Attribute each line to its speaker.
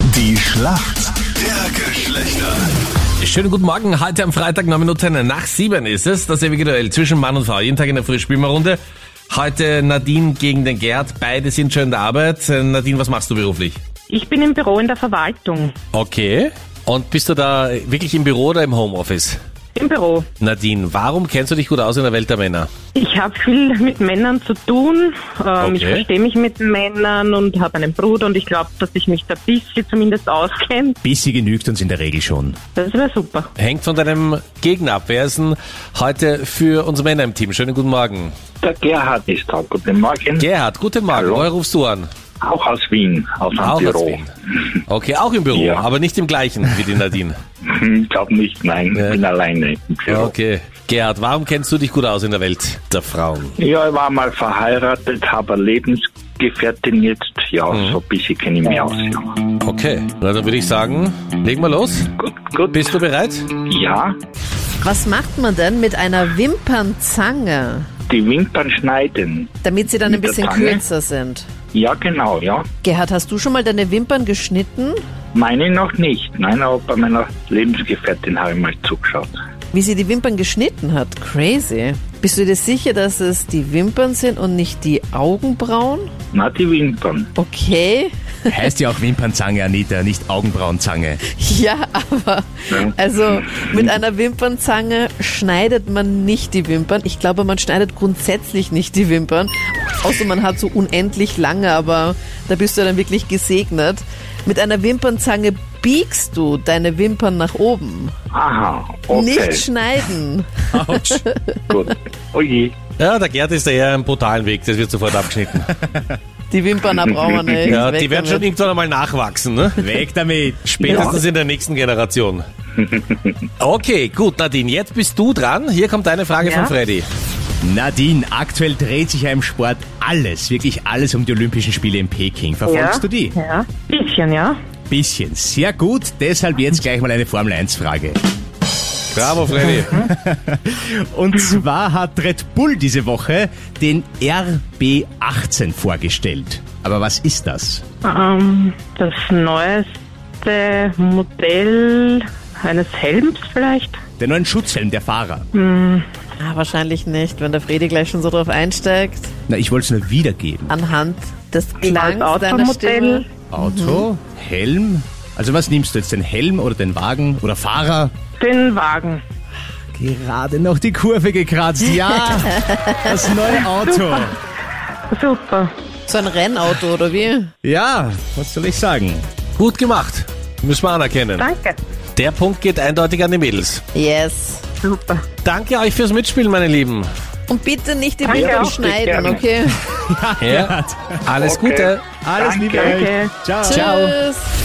Speaker 1: Die Schlacht der Geschlechter.
Speaker 2: Schönen guten Morgen. Heute am Freitag, 9 Minuten nach 7 ist es. Das ewige Duell zwischen Mann und Frau. Jeden Tag in der Früh spielen wir Runde. Heute Nadine gegen den Gerd. Beide sind schon in der Arbeit. Äh, Nadine, was machst du beruflich?
Speaker 3: Ich bin im Büro in der Verwaltung.
Speaker 2: Okay. Und bist du da wirklich im Büro oder im Homeoffice?
Speaker 3: Im Büro.
Speaker 2: Nadine, warum kennst du dich gut aus in der Welt der Männer?
Speaker 3: Ich habe viel mit Männern zu tun. Ähm, Ich
Speaker 2: Okay.
Speaker 3: verstehe mich mit Männern und habe einen Bruder und ich glaube, dass ich mich da ein bisschen zumindest auskenne.
Speaker 4: Bissi genügt uns in der Regel schon.
Speaker 3: Das wäre super.
Speaker 2: Hängt von deinem Gegner ab. Wer ist denn heute für uns Männer im Team? Schönen guten Morgen.
Speaker 5: Der Gerhard ist da. Guten Morgen.
Speaker 2: Gerhard, guten Morgen.
Speaker 5: Hallo.
Speaker 2: Woher rufst du an?
Speaker 5: auch aus Wien, aus einem
Speaker 2: Auch aus
Speaker 5: Büro.
Speaker 2: Wien. Okay, auch im Büro,
Speaker 5: Ja.
Speaker 2: aber nicht im gleichen wie die Nadine.
Speaker 5: Hm, glaub nicht, nein,
Speaker 2: Ja.
Speaker 5: bin alleine im Büro.
Speaker 2: Okay. Gerhard, warum kennst du dich gut aus in der Welt der Frauen?
Speaker 5: Ja, ich war mal verheiratet, habe eine Lebensgefährtin jetzt. Ja,
Speaker 2: Mhm.
Speaker 5: so ein bisschen kenne ich mich aus. Ja.
Speaker 2: Okay. Na, dann würde ich sagen, legen wir los.
Speaker 5: Gut, gut.
Speaker 2: Bist du bereit?
Speaker 5: ja,
Speaker 6: Was macht man denn mit einer Wimpernzange,
Speaker 5: die Wimpern schneiden.
Speaker 6: damit sie dann ein
Speaker 5: Mit der
Speaker 6: bisschen
Speaker 5: Zange?
Speaker 6: kürzer sind?
Speaker 5: Ja, genau, ja.
Speaker 6: Gerhard, hast du schon mal deine Wimpern geschnitten?
Speaker 5: Meine noch nicht. Nein, aber bei meiner Lebensgefährtin habe ich mal zugeschaut.
Speaker 6: Wie sie die Wimpern geschnitten hat? Crazy. Bist du dir sicher, dass es die Wimpern sind und nicht die Augenbrauen?
Speaker 5: Na, die Wimpern.
Speaker 6: Okay.
Speaker 4: Heißt ja auch Wimpernzange, Anita, nicht Augenbrauenzange.
Speaker 6: Ja, aber
Speaker 5: Ja.
Speaker 6: also mit einer Wimpernzange schneidet man nicht die Wimpern. Ich glaube, man schneidet grundsätzlich nicht die Wimpern. Außer man hat so unendlich lange, aber da bist du dann wirklich gesegnet. Mit einer Wimpernzange biegst du deine Wimpern nach oben.
Speaker 5: Aha, okay,
Speaker 6: Nicht schneiden.
Speaker 4: Autsch.
Speaker 5: gut. Oje.
Speaker 2: Ja, der Gerhard ist daher im brutalen Weg. Das wird sofort abgeschnitten.
Speaker 6: Die Wimpern da braucht man nicht.
Speaker 2: Ja,
Speaker 6: Weg
Speaker 2: die werden
Speaker 6: damit.
Speaker 2: schon irgendwann einmal nachwachsen, ne?
Speaker 4: Weg damit.
Speaker 2: Spätestens in der nächsten Generation. Okay, gut, Nadine, jetzt bist du dran. Hier kommt deine Frage
Speaker 3: Ja.
Speaker 2: von Freddy.
Speaker 4: Nadine, aktuell dreht sich ja im Sport alles, wirklich alles um die Olympischen Spiele in Peking. Verfolgst
Speaker 3: ja.
Speaker 4: du die?
Speaker 3: Ja. Bisschen, ja.
Speaker 4: Bisschen. Sehr gut. Deshalb jetzt gleich mal eine Formel 1-Frage.
Speaker 2: Bravo, Freddy.
Speaker 4: Und zwar hat Red Bull diese Woche den RB18 vorgestellt. Aber was ist das?
Speaker 3: Ähm, das neueste Modell eines Helms vielleicht.
Speaker 4: Der neuen Schutzhelm der Fahrer.
Speaker 3: Hm.
Speaker 6: Ah, wahrscheinlich nicht, wenn der Fredi gleich schon so drauf einsteigt.
Speaker 4: Na, ich wollte es nur wiedergeben.
Speaker 6: Anhand des
Speaker 3: Als
Speaker 6: Klangs deiner Stimme.
Speaker 3: Automodell.
Speaker 4: Auto, Helm. Also was nimmst du jetzt, den Helm oder den Wagen oder Fahrer?
Speaker 3: Den Wagen.
Speaker 4: Gerade noch die Kurve gekratzt, ja. Das neue Auto.
Speaker 3: Super.
Speaker 6: So ein Rennauto, oder wie?
Speaker 4: Ja, was soll ich sagen?
Speaker 2: Gut gemacht. Müssen wir anerkennen.
Speaker 3: Danke.
Speaker 2: Der Punkt geht eindeutig an die Mädels.
Speaker 6: Yes.
Speaker 3: Super.
Speaker 2: Danke euch fürs Mitspielen, meine Lieben.
Speaker 6: Und bitte nicht die
Speaker 3: Danke
Speaker 6: Bilder
Speaker 3: auch.
Speaker 6: schneiden,
Speaker 5: Gerne.
Speaker 6: okay?
Speaker 2: Ja. Alles
Speaker 5: Okay.
Speaker 2: Gute.
Speaker 4: Alles
Speaker 5: Danke.
Speaker 4: Liebe euch.
Speaker 3: Danke.
Speaker 4: Ciao.
Speaker 6: Tschüss.